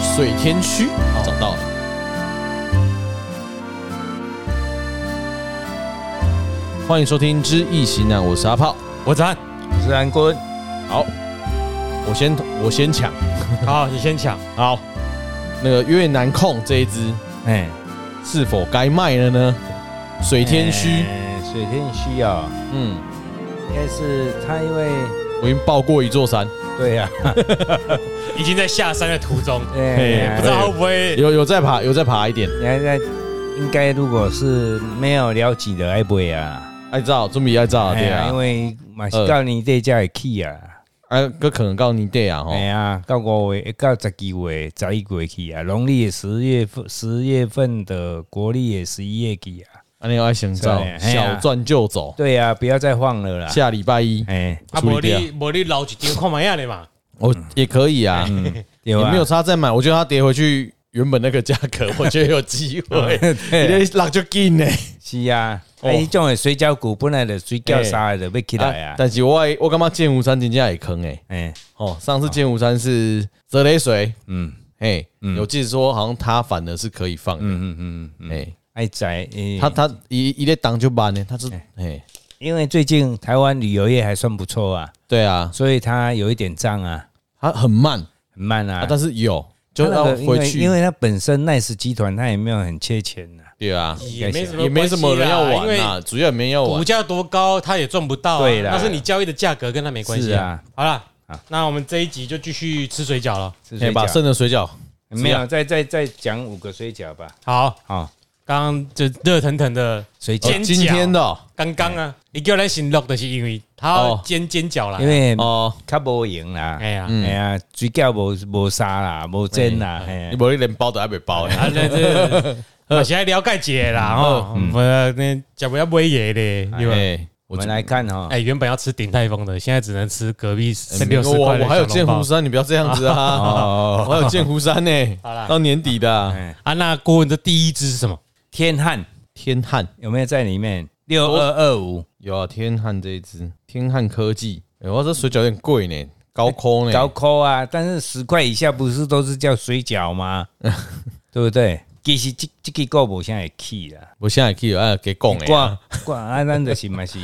水天区，哦找到了。欢迎收听《知易行难》，我是阿炮。我赞，是安坤，好，我先我先抢。 好，你先抢。好，那个越南控这一支哎，是否该卖了呢？水天虚，哎，水天虚啊，嗯，应该是他因为我已经爆过一座山，对啊呀，已经在下山的途中，哎不知道会不会有有在爬，有在爬一点。你还在应该如果是没有了解的，爱不会啊，爱照，准备爱照，哎对呀，因啊。为嘛是到你这家的去啊，哎，哥可能告你对啊，吼哎，呀，到五月到十二月十一月去啊，农历的十月份十月份的，国历的十一月去啊，安尼我爱想照是啊，嘿小啊赚就走。对呀，不要再放了啦，下礼拜一，哎，啊，处无理掉你无你老一丢看嘛样的嘛？我也可以啊， 有也嗯啊没有，差再买，我觉得它跌回去原本那个价格，我觉得有机 会。你落就紧呢，是啊，哦哎哎，这种的水饺股本来的水饺啥的就要起来啊啊，但是我我感觉剑湖山真正也坑哎，哎，哦，上次剑湖山是泽雷水，嗯哎，有记得说好像它反而是可以放的，嗯嗯嗯嗯。哎，爱宅，诶，它它一一列档就搬呢，它是哎，因为最近台湾旅游业还算不错啊，对啊，所以它有一点胀啊，它很慢，很慢啊。啊但是有就它要那个因为回因去，为它本身 Nice 集团它也没有很缺钱呐、对啊，也没什么，也没什么人要因玩为啊，主要也没人要玩股。价多高，他也赚不到、啊。对啦但是你交易的价格跟他没关系啊。好啦啊，那我们这一集就继续吃水饺了。是哎，水把饺剩的水饺没有，再再再讲五个水饺吧。好，好、刚刚这热腾腾的水哦饺，煎饺今天的哦刚刚啊，一个人行落的是因为他要哦煎煎饺啦因。为哦，较无赢啦，哎呀，啊哎呀，水饺无无沙啦，无煎啦，哎呀你无你连包都还没包哎诶。啊，这这，我呃现在了解解啦哦，不那讲不要买爷嘞，对啊吧？嗯哎，我我们来看哈、哎，原本要吃鼎泰丰的，现在只能吃隔壁哎剩六十我块的我还有小剑笼包哦湖。山，你不要这样子 啊！我还有剑湖山呢好，啦到年底的啊哎，啊，那郭文的第一支是什么？天汉天汉有没有在里面？六二二五有啊，天汉这一支天汉科技，哎，我这水饺有点贵呢，高抠呢，高扣啊，但是十块以下不是都是叫水饺 吗？对不对？其实这这个购物现在起啦，我现在可以哎给供哎，挂挂啊，咱就是 嘛是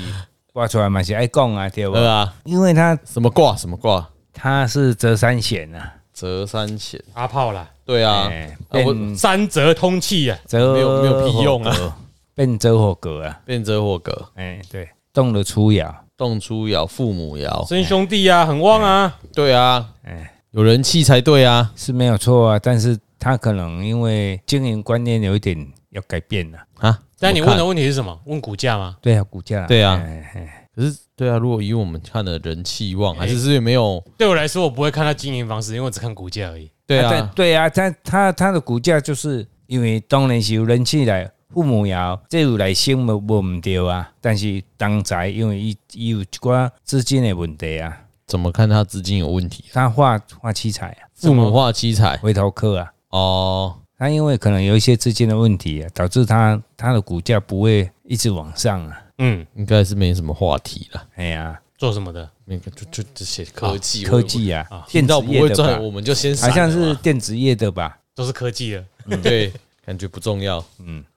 挂出来嘛是爱讲啊，对不对？啊，因为它什么挂什么挂，它是折三弦啊，折三钱，阿炮啦，对啊，哎啊我变三折通气啊，折没有没有屁用啊火格，变折火格啊，变折火格，哎对，动了出窑，动出窑，父母窑，生兄弟啊，很旺啊，对啊，哎有人气才对啊，是没有错啊，但是它可能因为经营观念有一点要改变了，啊，但你我看问的问题是什么？问股价吗？对啊，股价对啊哎哎可是，对啊，如果以我们看的人气旺，哎还是是没有对我来说，我不会看它经营方式，因为我只看股价而已。对但啊，对啊，它它它的股价就是因为当然是有人气来。父母窑，这有来先无无毋对啊，但是当在因为伊伊有一寡资金的问题啊，怎么看他资金有问题？他画画七彩啊，父母化七彩回头客啊，哦，他因为可能有一些资金的问题啊，导致他他的股价不会一直往上啊。嗯，应该是没什么话题了。哎呀，做什么的？那个就就这些科技，科技啊，电电子到不业会的赚，吧我，们就先好闪了像嘛是电子业的吧？都是科技的。嗯对，感觉不重要。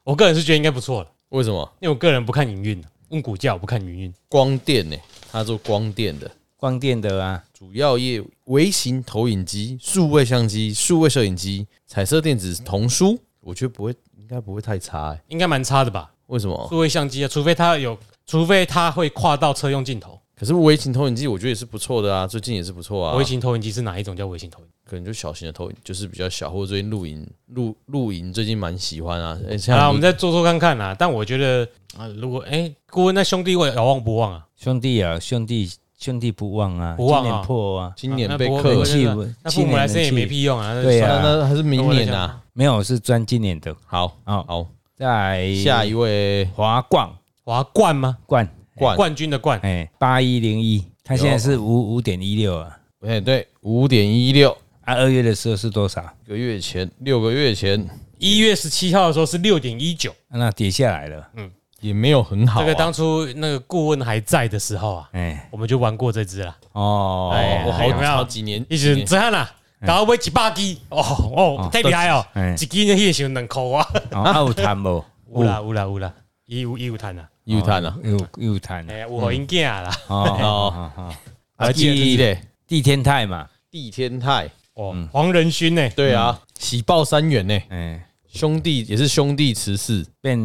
我个人是觉得应该不错了，为什么因为我个人不看营运的，问股价我不看营运。光电呢？他做光电的，光电的啊，主要业务微型投影机、数位相机、数位摄影机、彩色电子童书，我觉得不会，应该不会太差哎。应该蛮差的吧？为什哦么？数位相机啊，除非它有，除非它会跨到车用镜头。可是微型投影机我觉得也是不错的啊，最近也是不错啊。微型投影机是哪一种叫微型投影？可能就小型的投影，就是比较小，或者最近露营露露营最近蛮喜欢啊。欸、好像啦，你我们再做做看看啦。但我觉得啊，如果哎，顾问那兄弟会有望不旺啊？兄弟啊，兄弟兄弟不忘啊，不忘啊今年破啊，今年啊被那不克不了，气那那父母来生也没屁用啊。那就对算啊了那那还是明年啊。没有是赚今年的。好，哦，好，在下一位华冠华冠吗？冠，冠，冠军的冠，哎，八一零一，它现在是五五点一六啊，哎，对，五点一六啊，二月的时候是多少？啊个月前，六个月前一月十七号的时候是六点一九，那跌下来了，嗯也没有很好、啊。这个当初那个顾问还在的时候啊，哎，我们就玩过这只啦，哦，哎哦，我有好没有啊好几年，一直几很年震撼啦。啊然后买一百支，哦哦，太厉害哦都嘿，一支迄个时阵两箍啊，哦啊有谈无？有啦有啦有啦，伊有伊有趁啦，有赚啊，有有谈哎，有互因囝啦，哦哦哦哦，啊，记地嘞，地天泰嘛，地天泰，哦，黄仁勋呢，对啊，喜报三元呢，哎，兄弟也是兄弟慈氏，遍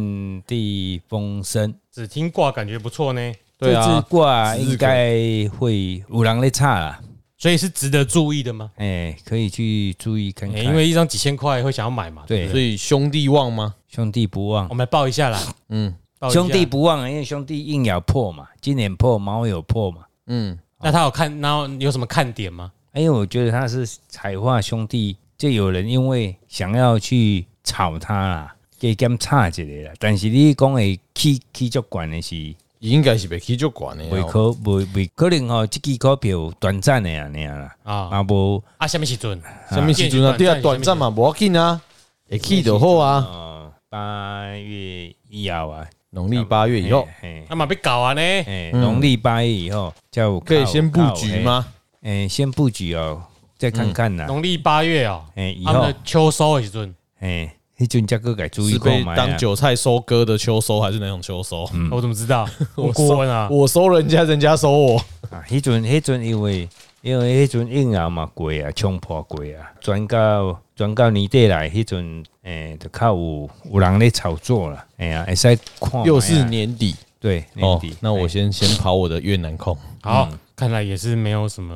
地风声。只听挂感觉不错呢，对这支啊，卦应该会有人在差啦，所以是值得注意的吗？哎，可以去注意看哎看。因为一张几千块会想要买嘛，对对不对，所以兄弟旺吗？兄弟不忘我，们来报一下啦，嗯报一下兄弟，不忘，因为兄弟硬咬破嘛，今年破，猫有破嘛。嗯，那他有看，然后有什么看点吗？哎，因为我觉得他是彩化兄弟，就有人因为想要去炒他啦，给他们差一个啦。但是你讲的起起足管的是，应该是被起就管的未哦，可未未可能哦，这支股票短暂的啊，那样啦，啊啊无啊，什么时阵？什么时阵啊？对啊，短暂嘛，无要紧啊，会起就好啊，哦，八月以后啊，农历八月以后。嘿，啊嘛被搞啊呢，哎，农历八月以后，叫嗯可以先布局？吗？嗯哎，先布局哦，再看看啦。农历八月哦，哎，以啊他们后的秋收的时阵，哎，迄阵才个该注哎意是购被买啊当韭菜收割的秋收，还是哪种秋收？嗯我怎么知道？我顾问啊，我收人家，人家收我。啊，迄阵迄阵因为因为迄阵硬啊嘛贵啊，冲破贵啊，转到转到年底来，迄阵诶，就较有有人咧炒作啦，哎呀，会使看哦卖啊。又是年底对哦年底，，那我哎先先跑我的越南控，好，看来也是没有什么，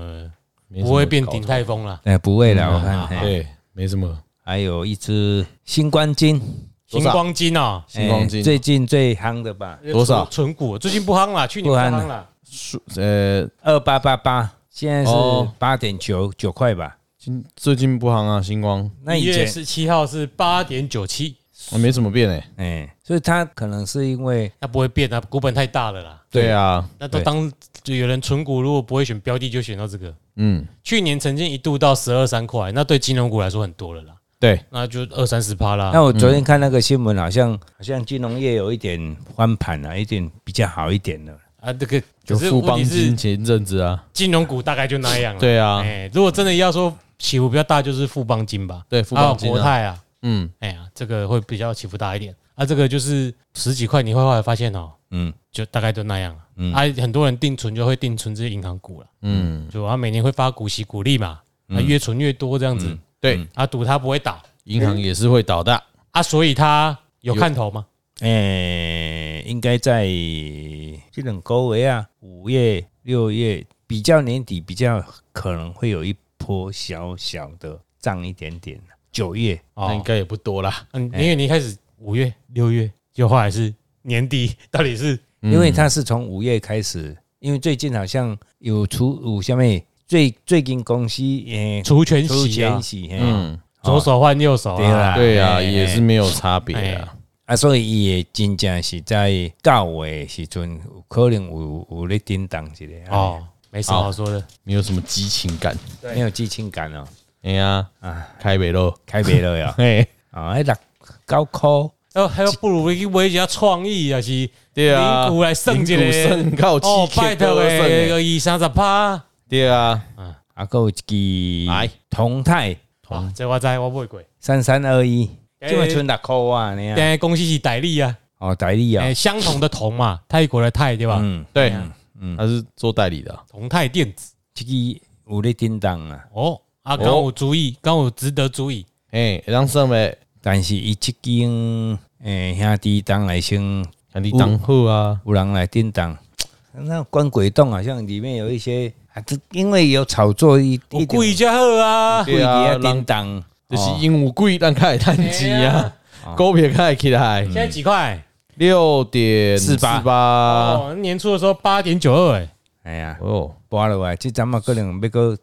没什么不会变哎搞头鼎。泰丰了。哎不会啦，我好看嘿嗯啊对，没什么。还有一只新冠金，多星少光金哦，星光金哎最近最夯的吧，多少存股？最近不夯啦，去年不不夯夯啦。数呃，二八八八，现在是哦八点九九块吧？今最近不行啊，星光那一以月前十七号是八点九七，啊没什么变诶。哎，所以它可能是因为那不会变啊，股本太大了啦。对啊，那都对当就有人存股，如果不会选标的，就选到这个。嗯，去年曾经一度到十二三块，那对金融股来说很多了啦，对，那就二三十趴啦那。我昨天看那个新闻，好像好像金融业有一点翻盘了、一点比较好一点了。啊，这个就可是富问邦题金是前阵子啊，金融股大概就那样了。对啊，哎，如果真的要说起伏比较大，就是富邦金吧，对富还有邦金国啊，泰啊，嗯，哎呀，这个会比较起伏大一点。啊，这个就是十几块，你会后来发现哦，嗯，就大概都那样了。啊，很多人定存就会定存这些银行股了，嗯，就啊他每年会发股息股利嘛，啊，越存越多这样嗯子，对，啊，赌它不会倒银行也是会倒的，啊，所以它有看头吗？哎、应该在这种高维啊，五月、六月比较年底比较可能会有一波小小的涨一点点。九月那应哦，该也不多啦。嗯，因为你一开始五月、六月，就后来是年底，到底是因为它是从五月开始，因为最近好像有出五下面最最近公司诶、除权出息啊前，息，嗯，嗯，左手换右手对啊，啦，对啊，哎也是没有差别啊。啊，所以伊诶真正是在到位的时阵，有可能有有咧叮当一个，哦，哦，没什么好说的。没有什么激情感。啊没有激情感哦，哎呀，啊，开北喽，，开袂了 呀嘿，啊，迄六九箍哦，还有不如去买一下创意啊，是对啊，零股来算一下零股算到七哦，拜托算诶，的个二三十趴。对啊，啊，还有一支来同泰啊，这我知，我买过。三三二一，哎即嘛剩六箍啊，你啊，但公司是代理啊，哦，代理啊哎，，相同的同嘛，泰国的泰对吧？嗯，对嗯，他是做代理的啊，同泰电子即支有咧叮当啊，哦，啊，哦刚有注意，刚有值得注意，哎，让上面但是伊即间诶兄弟当来先看你当后啊，有人来叮当，那关鬼洞好像里面有一些。啊，这因为有炒作一，我一点故意加好啊，贵对啊啊，人叮当，就是鹦鹉贵，让开始趁钱啊，嗯股票开始起来现，在几块？六点48八，哦，年初的时候八点九二，哎，哎呀，哦，搬落来，即阵啊可能要个了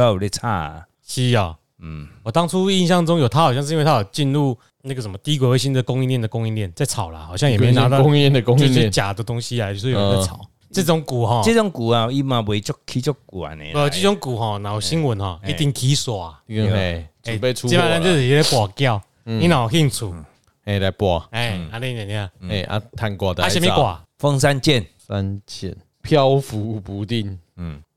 后有咧差啊，是啊，嗯，我当初印象中有它，好像是因为它有进入那个什么低轨卫星的供应链的供应链在炒啦，好像也没 拿到，供应链的供就应是链，假的东西啊，就是有人在炒这种股哈，即种股啊，伊嘛袂足起足股安尼啦，呃，这种股哈，然后新闻哈，哎一定起刷，对哎，准备出基货本上就了，是有点博掉，你哪有兴趣？哎，来播，哎，阿玲怎样？哎啊，探挂的，啊，什么？挂？风山剑三千，漂浮不定，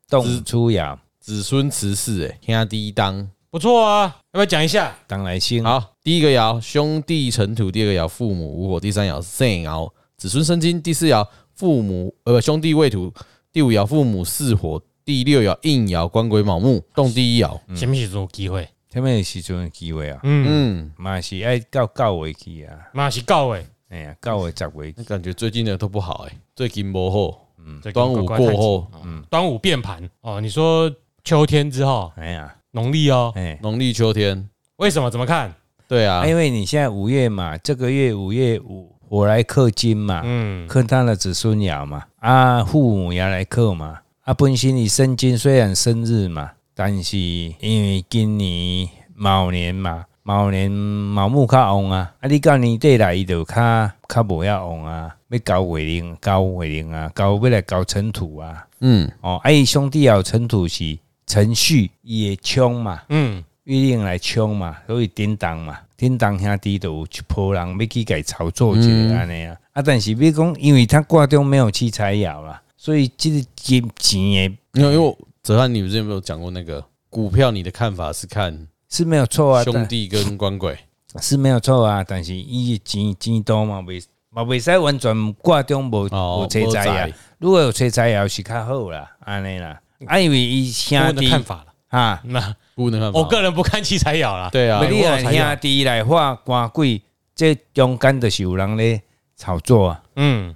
动出呀，子孙慈氏，哎，兄弟当，不不错啊，要不要讲一下？当然先好，第一个爻兄弟成土，第二个爻父母无火，第三爻圣爻子孙生金，第四爻父母呃不兄弟未土，第五爻父母巳火，第六爻应爻官鬼卯木动第一爻。什么时候有机会？下面时阵有机会啊，嗯，嗯，嘛是爱到到月去啊，嘛是到诶，哎呀，到月十月那去，感觉最近的都不好哎、最近不好，这个端午乖乖太过紧，后，端午变盘哦。你说秋天之后，哎呀，农历哦，哎，农历秋天，为什么？怎么看？对啊啊，因为你现在五月嘛，这个月五月五，我来克金嘛，嗯，克他的子孙爻嘛，啊，父母爻来克嘛，啊，本身你生金虽然生日嘛，但是因为今年卯年嘛，卯年卯木较旺啊，啊，你到年底来伊就较较无遐旺啊，要交月令，交月令啊，交要来交尘土啊，嗯，哦，啊，伊兄弟爻尘土是程序伊会冲嘛，嗯，月令来冲嘛，所以叮当嘛，叮当兄弟都有一波人要去改操作一下嗯安尼啊。啊，但是你讲，因为他挂中没有七彩爻啦，所以这个金钱也因为因为我泽汉，你之前有没有讲过那个股票？你的看法是看是没有错啊，兄弟跟官鬼，但是没有错啊，但是伊的钱钱多嘛，袂嘛袂使完全挂中无哦无七彩啊无彩。嗯如果有七彩爻是较好啦，安尼啦。啊，因为伊我兄的弟看法了。啊，那不能看法。我个人不看七彩爻啦。对啊不，你我啊有彩爻兄弟来画官鬼，这中间就是有人咧炒作啊，嗯，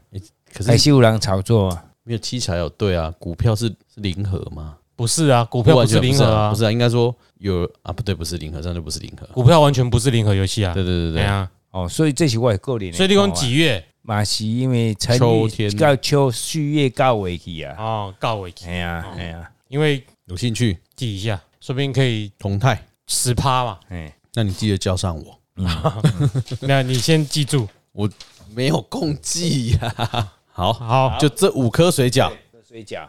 可还是是有人炒作啊。没有七彩有对啊，股票是是零和吗？不是啊，股票不完是全零和啊不，是啊，应该说有啊，不对，不是零和，这样就不是零和。股票完全不是零和游戏啊。对对对哎对，对啊，哦，所以这是我的个人的看法。所以你讲几月嘛是因为成秋语天到秋旭月到尾去啊。哦，告尾期，哎呀，哎呀，因为有兴趣记一下，说不定可以同泰，十趴嘛。 哎，那你记得叫上我，那你先记住，没有共计呀。 好，好，就这五颗水饺，水饺，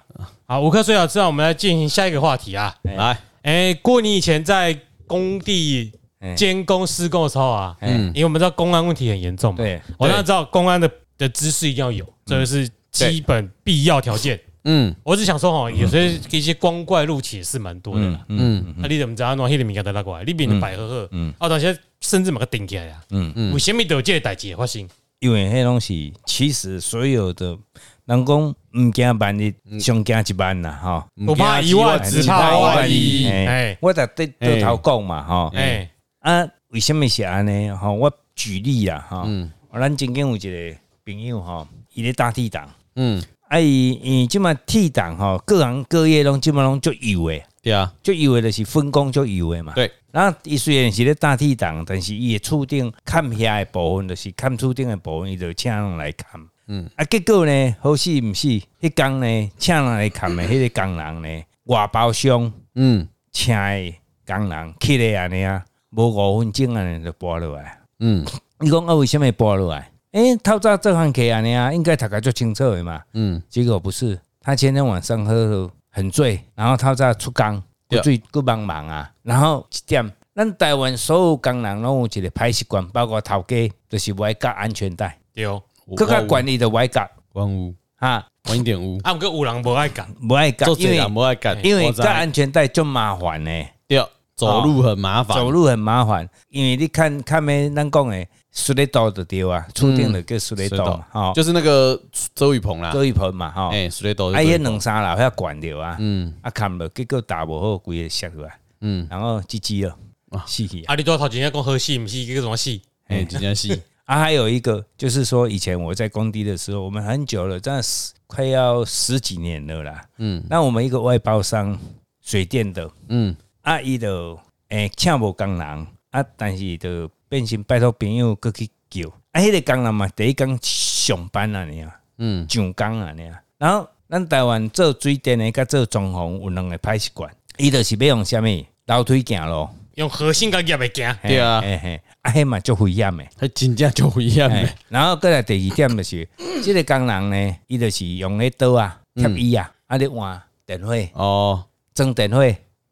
好，五颗水饺之后，我们来进行下一个话题啊。来，哎，过你以前在工地哎监工施工的时候啊，嗯因，为我们知道公安问题很严重嘛，对，我当然知道公安的的知识一定要有，这个是基本必要条件。嗯我只想说哈，有些一些光怪陆奇也是蛮多的啦。嗯啊，你怎么知道弄迄个物件在哪过来？你变成百合呵，嗯啊，当时甚至嘛个顶起来啊，嗯，为什么都有这个代志发生？因为迄东西其实所有的人讲唔惊万一，嗯上惊一万啦，吼。不怕一万，只怕嗯万一。哎哎我在对对头讲嘛，吼哎，啊，为什么是安尼？吼，我举例啦，吼，哦嗯咱曾经有一个朋友吼，伊咧打地档，嗯，啊伊伊即马地档吼，各行各业拢即马拢足有诶。对啊，就以为就是分工就以为嘛。对，然后伊虽然是咧大地档，但是伊的厝顶砍遐的部分，就是砍厝顶的部分，伊就请人来砍。嗯，啊，结果呢，好死毋死，迄工呢，请人来砍的迄个工人呢，外包商嗯请的工人起来安尼啊，无五分钟安尼就搬落来。嗯伊讲啊，为什么搬落来？诶、透早做行客安尼啊，应该大家足清楚的嘛。嗯，结果不是，他前天晚上喝得很醉，然后他在出工，对不醉不帮忙啊。然后一点，咱台湾所有工人拢有一个歹习惯，包括头家，就是不爱夹安全带，对，啊，更加管理的不爱夹万五，啊，万一点五，毋过有人无爱讲，不爱夹做，因这人为不爱干，因为我知夹安全带就麻烦呢、对，走路很麻烦，走路很麻烦，因为你看看咩，咱讲的塑料袋就对嗯啊，厝顶就叫塑料袋嘛，吼，就是那个周雨鹏啦，做一盆嘛，吼，哎，水斗，啊，迄两三楼遐管着啊，嗯啊，砍了，结果打无好，规个摔落来。嗯，然后鸡鸡了，死去啊！啊，你多头前讲好戏，毋是一个什么戏？哎，今天 是，啊，还有一个就是说，以前我在工地的时候，我们很久了，但是快要十几年了啦。嗯那我们一个外包商，水电的嗯啊，伊就诶请无工人啊，但是就变成拜托朋友过去救啊，迄、个工人嘛，第一工上班啊，你啊，嗯上工啊，你啊，然后咱台湾做水电的甲做装潢有两个歹习惯，伊就是要用啥物楼梯行路，用核心跟业会行，对啊嘿嘿，啊，迄嘛足危险的。还真正就不一样哎，然后过来第二点就是，这个工人呢，伊就是用迄刀啊、贴椅啊，啊咧换电火、哦，装电火，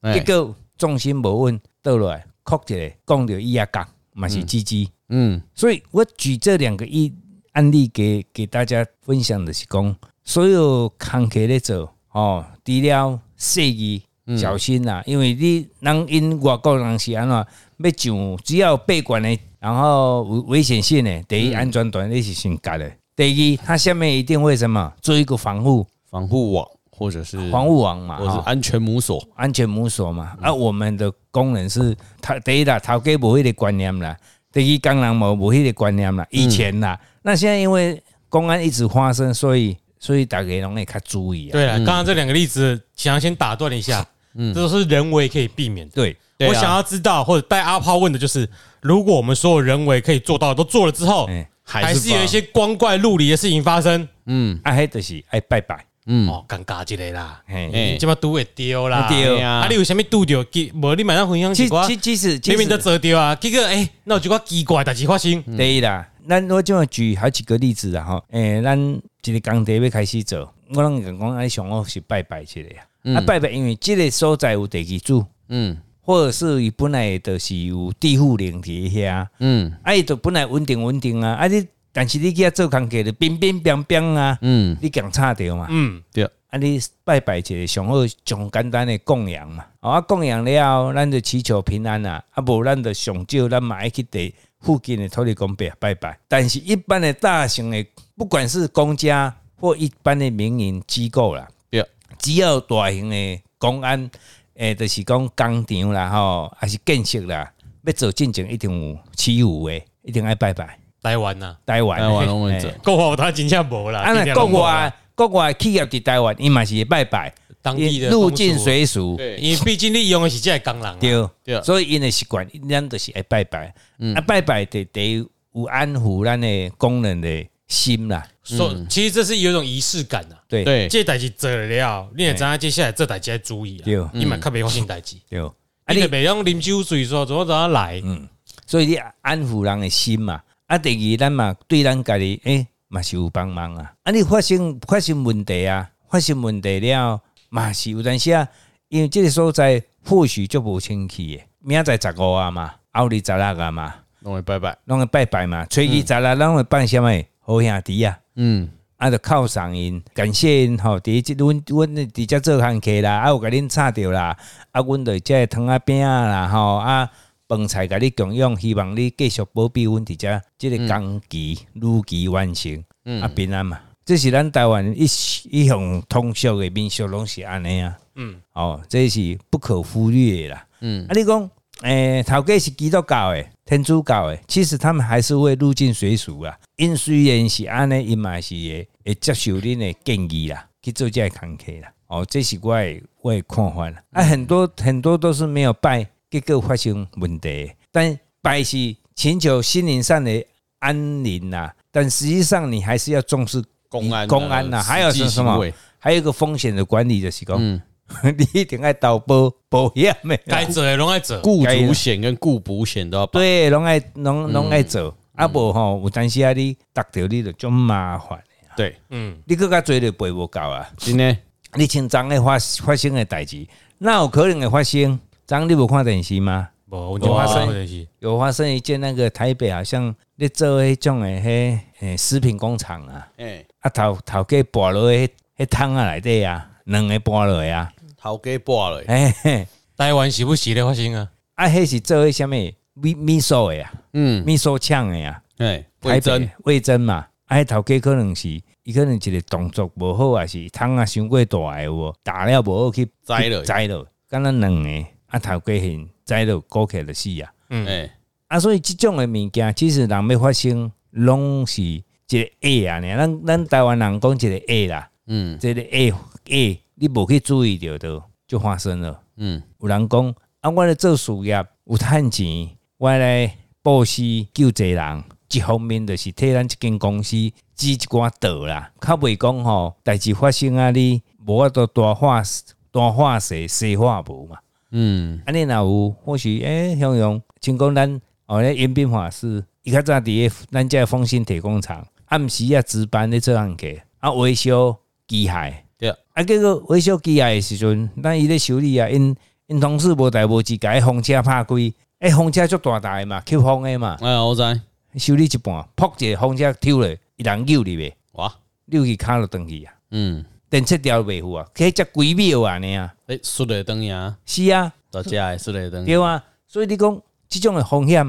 哎结果重心无稳倒落来，哭一下，讲着伊啊讲，嘛是鸡鸡。嗯所以我举这两个一案例给给大家分享的是讲，所有工课咧做哦，除了设计嗯小心啦、因为你人因外国人是安怎要上，只要有被管的，然后有危险性的，第一安全段你是先夹的，第二它下面一定会什么做一个防护防护网或者是防护网嘛，或者是吼安全母锁，安全母锁嘛。嗯啊，我们的工人是头第一啦，头家无迄个观念啦，第二工人无无迄个观念啦，以前啦，嗯那现在因为公安一直发生，所以所以大家拢会较注意啊。对了，刚刚这两个例子，想要先打断一下，这都是人为可以避免的。对，对啊我想要知道，或者带阿炮问的就是，如果我们所有人为可以做到的都做了之后，哎还是吧有一些光怪陆离的事情发生，嗯啊，迄就是爱拜拜，嗯，哦，尴尬之类啦，嘿，哎你，这么都会丢啦，对对啊啊，你有啥物拄着，记无你马上分享其一寡其其实其明明都实做掉啊，结果哎，那有一寡奇怪代志发生，对啦，咱我就举好几个例子啦吼，嗯诶，咱一个工地要开始做，我拢讲讲，啊，上好是拜拜一个嗯啊，啊拜拜，因为即个所在有地基主，嗯或者是伊本来就是有地户灵伫遐，嗯啊，伊就本来稳定稳定啊，啊你但是你去遐做工课就乒乒乓乓啊，嗯，你强差着嘛，嗯，对，啊你拜拜一个上好上简单的供养嘛，哦啊供养了后，咱就祈求平安啊，啊无咱就上少咱嘛爱去地附近的土地公拜拜拜，但是一般的大型的，不管是公家或一般的民营机构啦，对，只要有大型的公安，诶、就是讲工厂啦吼，还是建设啦，要做进前一定有起舞的，一定爱拜拜台湾呐，台湾的。台湾拢会嘿做，国外我当真正无啦，啊，真那的国拢无啦外国外企业伫台湾，伊嘛是会拜拜，当地的入风俗境，随俗，对因为毕竟你用的是这个工人啊，对对嗯所以因的习惯，咱都是爱拜拜，啊拜拜得得有安抚咱的工人的心啦，所以其实这是有一种仪式感呐。啊对对，这代志做了了，你也知影接下来这代志要注意对啊，你嘛较袂发生代志。对，啊啊，你你袂用啉酒醉说，怎么怎么来？嗯所以你安抚人的心嘛，啊第二咱嘛对咱家己诶嘛是有帮忙啊，啊你发生发生问题啊，发生问题了嘛是有当时啊，因为即个所在或许就无清气的，明仔载十五啊嘛，后日十六啊嘛。拢会拜拜，拢会拜拜嘛，初二十六拢会拜什么好兄弟啊，嗯啊，就犒赏因，感谢因吼。伫即阮阮伫遮做工课啦，啊，有甲恁插着啦，啊，阮就遮糖仔饼啊啦吼啊，饭菜甲你供养，希望你继续保庇阮伫遮即个工期如期完成，啊，平安嘛。这是咱台湾一一项通俗的民俗，拢是安尼啊。嗯，哦，这是不可忽略的啦。嗯啊，你讲，诶、头家是基督教的、天主教的，其实他们还是会入境随俗啦。因虽然是啊安尼，因嘛是会会接受恁的建议啦，去做这个工课啦。哦，这是我的我的看法啦。啊，很多很多都是没有拜，结果发生问题的。但拜是寻求心灵上的安宁啦，但实际上你还是要重视公安啊公安啦，还有实是际什行么为？还有一个风险的管理就是讲，嗯， 你一定爱投保保险的该啦，做的拢爱做。嗯雇主险跟雇补险都要办，对，拢爱拢拢爱做，啊无吼，有当时啊你达着你就足麻烦的，对，嗯，你更较侪就赔无够啊，今天你像昨的发发生的代志，那有可能会发生，昨你无看电视吗？无，我就发生就是有发生一件那个台北好像咧做迄种的迄诶食品工厂啊，哎，啊头头家跋落迄迄桶啊内底啊，两个跋落去啊，头家挂了，哎、嘿台湾时不时咧发生啊，啊迄是做迄啥物米米索的啊，嗯，米索呛的啊。哎，台魏北征，魏征嘛，啊，迄头家可能是伊可能一个动作无好，还是桶啊伤过大个有无，打了无好去栽了栽了，敢若两个啊头家现栽了，顾客就死啊，嗯，哎，啊，所以即种的物件，其实人要发生，拢是一个恶啊，呢，咱咱台湾人讲一个恶啦，嗯一个恶恶，你无去注意着都就发生了。嗯有人讲啊，我咧做事业有趁钱，我咧布施救济人，一方面就是替咱即间公司指一寡道啦，较袂讲吼，代志发生啊，你无法度大化大化细细化无嘛。嗯，安尼若有，或许诶，向阳，像讲咱哦，咧严斌法师，伊较早伫个咱遮丰兴铁工厂，暗时啊值班咧做工课，啊维修机械，对，啊结果维修机械的时阵，咱伊咧修理啊，因因同事无代无志，甲迄风车拍开，诶，风车足大台嘛，吸风的嘛，哎，我知，修理一半，扑一个风车抽落，伊人扭入去，哇，扭去骹就断去啊。嗯电切掉袂赴啊，可才几秒啊尼啊，哎，输了灯呀，是啊，到家的输了 灯，对啊，所以你讲即种的风险，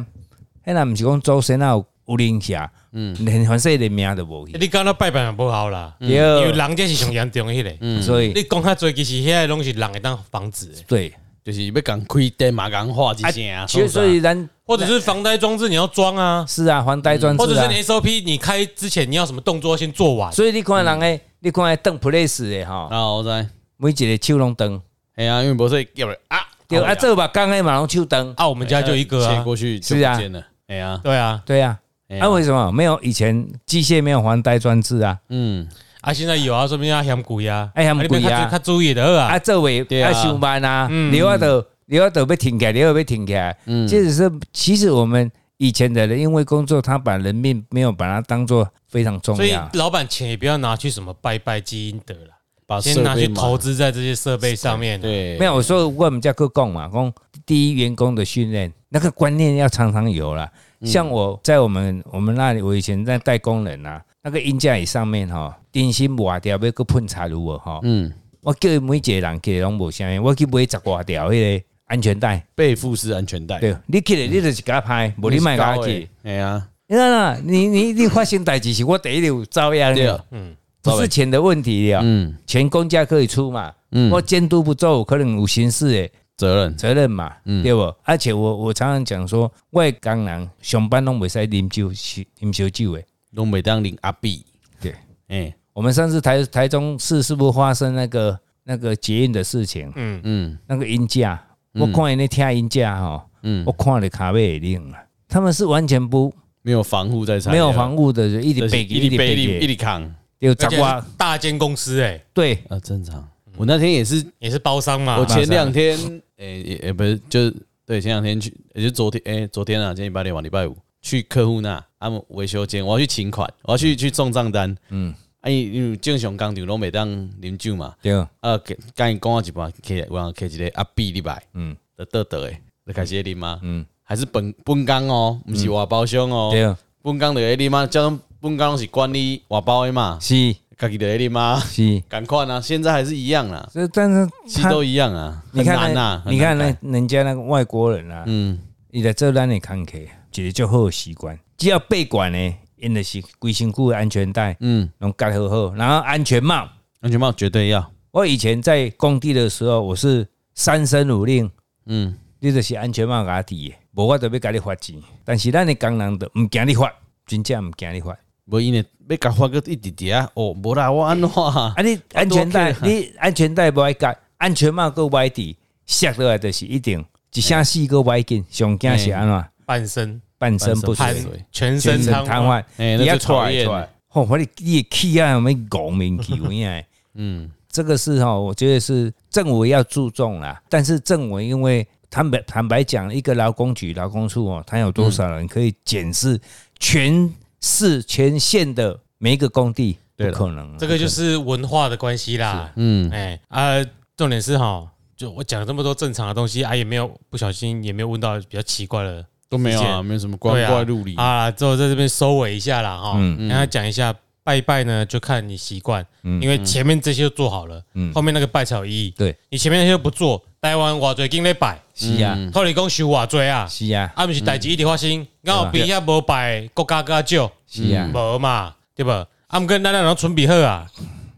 迄若毋是讲祖先啊有有灵下，嗯，连反正连命都无去，你讲那拜拜也不好啦，因为对，人这是上严重的迄个。所以你讲较多，其实遐拢是人会当防止的，对，就是要共开灯嘛，共画一声，啊所以所以咱或者是防呆装置你要装啊，是啊，还呆专或者制是啊，你 SOP 你开之前你要什么动作先做完，所以你看人诶，你看诶邓普雷斯诶吼，啊，我知，每一个手拢蹬，哎呀，因为不是要不然啊，哎对啊，做目工诶嘛拢手蹬，啊，我们家就一个切啊，过去就是啊不见了，哎呀，对啊，对啊，哎呀啊为什么没有以前机械没有还呆专制啊？嗯，啊，现在有啊，说明要嫌贵啊，哎嫌贵啊你别较注较注意的啊啊，，做位对啊啊，上班啊，留啊都留啊都被停起来，留啊被停起来。嗯，这只是其实我们以前的人，因为工作，他把人命没有把它当做非常重所以要。老板钱也不要拿去什么拜拜积阴德啦，把啊设先拿备去啊嘛投，资在这些设备上面。，对，没有，我说我们家哥讲嘛，讲第一员工的训练，那个观念要常常有啦。像我在我们我们那里，我以前在带工人啊，那个鹰架椅上面哈，顶薪瓦掉要个喷柴炉哦哈，嗯，我叫每一个人去拢无啥，我去买十瓦条迄个安全带。背负式安全带，对，你去了，你就是甲拍，无你卖甲去。，哎呀，你看啦，你你你发生代志是我第一流遭殃对啊的，嗯，不是钱的问题了，嗯钱公家可以出嘛，嗯，我监督不做，有可能有刑事的责任，责任嘛，嗯对不？而且我我常常讲说，外港人上班拢袂使啉酒是啉烧酒的。拢袂当领阿碧，对，哎，我们上次台台中市是不是发生那个那个捷运的事情？嗯那个音架，我看因那听音架吼，嗯我，看了卡尾冷啊，他们是完全不没有防护在场，没有防护的，一直啊就是背一一直直背一直一背，直扛，有而杂且瓜是大间公司哎，对。啊，正常。我那天也是也是包商嘛我，前两天，诶、也也不是，就是对，前两天去，也就昨天，诶、昨天啊，今天礼拜六嘛，礼拜五去客户那，他们维修间，我要去请款，我要去去送账单，嗯，啊，因因为正常工厂拢袂当啉酒嘛，对，啊，给甲因讲啊一半，起来，我让起一个阿比礼拜，嗯嗯，得得得诶，就开始啉嘛，嗯嗯，还是本本工哦，毋是外包商哦，对，本工就会啉嘛，叫咱本工拢是管理外包的嘛，是家己就会啉嘛，是，赶快啊，现在还是一样啦。这但是其实他都一样啊， 你看很难呢啊，，你看很难呢改，，人家那个外国人啊，嗯，伊在这咱的看客，一个就好的习惯，只要被管呢，因的是规身躯的安全带，嗯，拢盖好好，然后安全帽。安全帽绝对要，我以前在工地的时候，我是三申五令，嗯，你就是安全帽给我戴的，无我就要给你罚钱。但是咱的工人就毋惊你罚，真正毋惊你罚。无因为要甲发个一直直啊，哦，无啦，我安怎啊？啊，你安全带，你安全带不爱夹，安全帽够歪戴，摔落来就是一定一声四个歪紧，上惊是安怎半身半身不半遂瘫身、全全身身瘫瘫痪，痪，哎，你那要最讨啊厌出来。吼，我的你的气啊，我们拱民 气有影。嗯，这个是哈，我觉得是政委要注重啦。但是政委因为坦白坦白讲，一个劳工局、劳工处哦，它有多少人可以检视全市全县的每一个工地？对不了可能啊，这个就是文化的关系啦。嗯，哎啊，重点是哈，就我讲了这么多正常的东西啊，也没有不小心也没有问到比较奇怪的都没有谢啊，谢没有什么光怪陆离，啊。之后在这边收尾一下啦哈，嗯跟他讲一下拜拜呢，就看你习惯，嗯因为前面这些都做好了，嗯后面那个拜才有意义。对，你前面那些不做，台湾偌侪经咧拜，是啊，嗯托你讲收偌侪啊，是啊，啊毋是代志一直发生，刚好比遐无拜的国家更较少。是嗯啊，无嘛，对无啊，毋过咱咱拢准备好啊，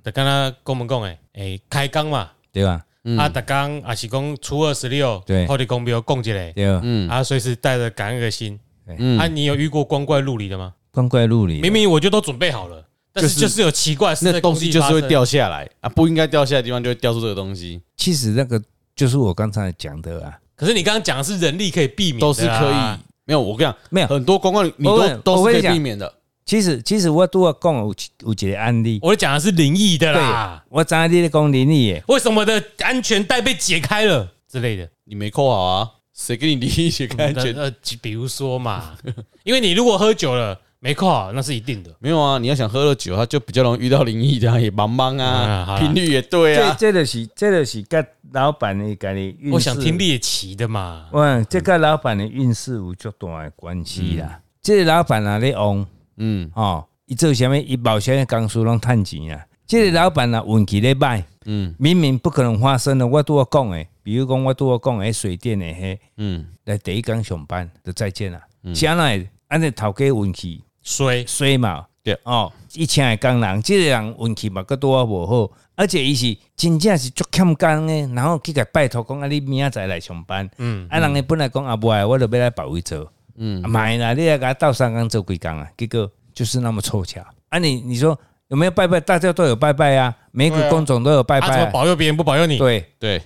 就敢若讲门讲诶，诶、开工嘛，对吧？嗯啊，逐工也是讲初二十六，对或者公庙供一下，对吧，嗯啊，随时带着感恩的心。嗯啊，，你有遇过光怪陆离的吗？光怪陆离的，明明我就都准备好了，但是就是就是有奇怪的事那在工东西地就发是生会，掉下来啊，不应该掉下来的地方就会掉出这个东西，其实那个就是我刚才讲的啊，可是你刚刚讲的是人力可以避免的都啊，是可以。没有，我跟你讲，没有。很多光怪你哎我都跟都我是跟可你以讲避免的，其实其实我都要讲有一有一个案例，我讲的是灵异的对啦，，我知道你在讲林异耶，为什么的安全带被解开了之类的。你没扣好啊，谁给你离一些安全？呃，比如说嘛，因为你如果喝酒了没扣好，那是一定的。没有啊，你要想喝了酒，他就比较容易遇到灵异的啊，也茫茫啊啊好，啦频率也对这啊，这就是这就是跟老板的家己运势我想听猎奇的嘛，哇，这个老板的运势有足大的关系嗯啦。这个老板啊，咧旺嗯。哦，伊做啥物，伊某些工事拢趁钱啊。这个老板啊，运气咧歹，嗯明明不可能发生的，我都要讲诶，比如讲我都要讲诶，水电诶嘿，嗯，来第一天上班就再见啦。嗯将来安尼头家运气衰衰嘛，对哦，一千个工人，即、个人运气嘛，个拄啊无好，而且伊是真正是足欠工诶，然后去甲拜托讲啊，你明仔载来上班，嗯，啊，人伊本来讲啊，无爱，我就要来别位做，嗯，买啦，你来甲斗三工做几工啊，结果就是那么凑巧啊你，你说有没有拜拜？大家都有拜拜啊，每对个啊工种都有拜他怎拜、么啊，保佑别人不保佑你？对，对，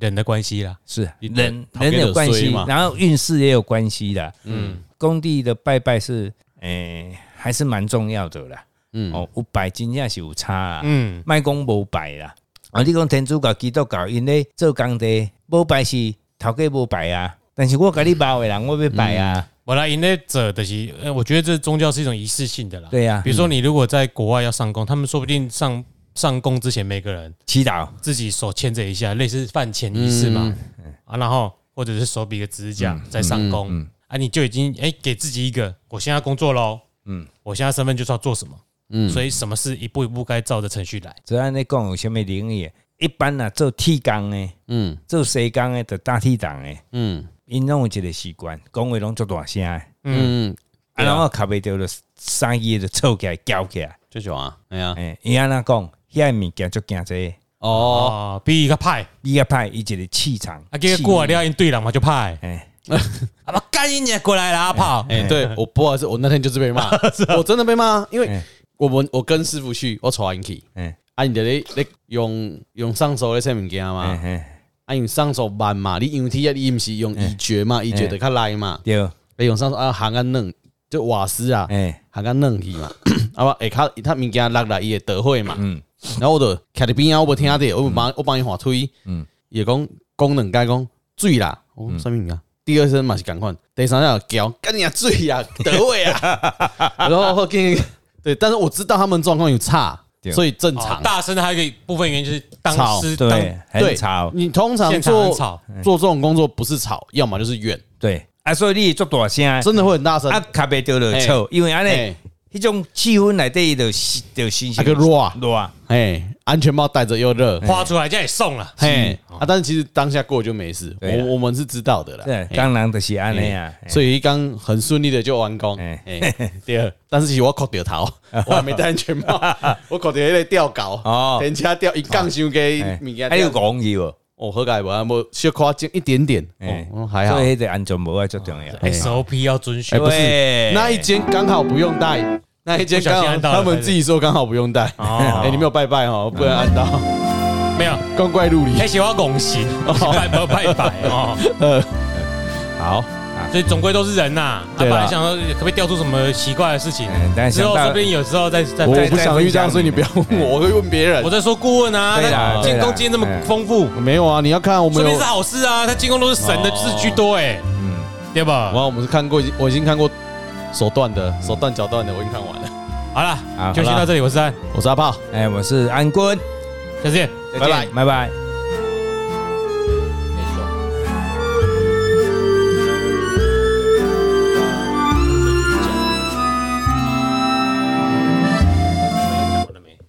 人的关系啦，是你人讨厌人有关就衰系嘛，然后运势也有关系的，嗯工地的拜拜是，诶、还是蛮重要的啦。嗯哦，有拜真正是有差啦，嗯，卖讲无拜啦。啊，你讲天主教、基督教，因咧做工地无拜是头家无拜啊，但是我甲你包的人，我要拜啊，我来引类者的是，呃我觉得这宗教是一种仪式性嗯的啦。对啊比如说你如果在国外要上工，他们说不定上上工之前每个人祈祷。自己手牵着一下，类似饭前仪式嘛，嗯啊，然后或者是手比个指甲在上工，啊，你就已经哎、给自己一个，我现在要工作喽，嗯，我现在身份就是要做什么，嗯，所以以什么事一步一步该照着程序来，只按你讲有啥物灵异的，一般啊做铁工的、嗯做西工的、做大铁档的，嗯因拢有一个习惯，讲话拢做大声的，啊，嗯，对啊然后卡袂着就生意就凑起来、搅起来。就种啊，哎呀，哎，伊安那讲，遐物件足惊这个，哦，哦，比一个派，比较歹伊一个气场。啊，给气过来了，因对了嘛就派，哎，啊，把干你娘过来了，阿炮，哎，对我不好意思，我那天 就是被啊骂，我真的被骂，因为哎我们我跟师傅去，我传去，哎啊，你就咧咧用用上手咧啥物件哎嘛，哎，啊，用上手慢嘛，你用铁啊，你毋是用医觉嘛，医觉得较来嘛，对，你用上手啊，行啊软，就瓦斯啊，哎下甲软去 嘛，啊我下骹他物件落来伊会倒火嘛，嗯然后我就徛伫边啊仔，我无听着，我帮我帮伊换推，嗯伊会讲讲两解讲水啦，我讲啥物物件？第二声嘛是共款，第三声叫干你啊水 啊，倒火啊，然后我跟对，但是我知道他们状况有差，对所以正哦常。大声的还有一个部分原因就是当吵时当对，哎对很吵，嗯你通常现场做很吵，做这种工作不是吵，要么就是远，对啊，所以你做大声，啊，真的会很大声，卡袂着就臭，因为安哎尼，迄种气氛内底就是就新那鲜个啊热，热，哎，安全帽戴着又热，花出来这也送了，嘿啊，但是其实当下过就没事，哦对啊我我们是知道的啦。对，嘿当然就是安尼啊，所以刚很顺利的就完工。哎哎，第二，但是其实我扣掉头， 我还没戴安全帽，我扣掉那个吊钩，哦人家吊一杠上给哎物件还有吊。讲伊哦，哦，何解无啊？无小夸张一点点，哎哦，还好所。以迄个安全帽啊最重要， SOP 要遵哎，循不是对，那一间刚好不用戴，那一间刚不小心好按到他了们自己说刚好不用戴。哦哎，你没有拜拜哦，不嗯能按到，哎没有。光怪陆离。开始我拱形，拜拜拜拜 哦，好，所以总归都是人呐、啊。对本啦来想说可不可以调出什么奇怪的事情嗯，但之想后到说不定有时候再再我我再，不想遇到，再分享所以你不要问哎我，我会问别人我。在说顾问啊，对啦哎那进对攻啦经验这么丰富，没有啊，你要看我说们明有是好事啊。他进攻都是神的哦是居多哎，嗯，对吧？哇，我们是看过，已经我已经看过手段的、手段脚段的，我已经看完了。好了，好就先到这里，我是安，我是阿炮，哎，我是安坤，下次见。再拜拜见，拜拜。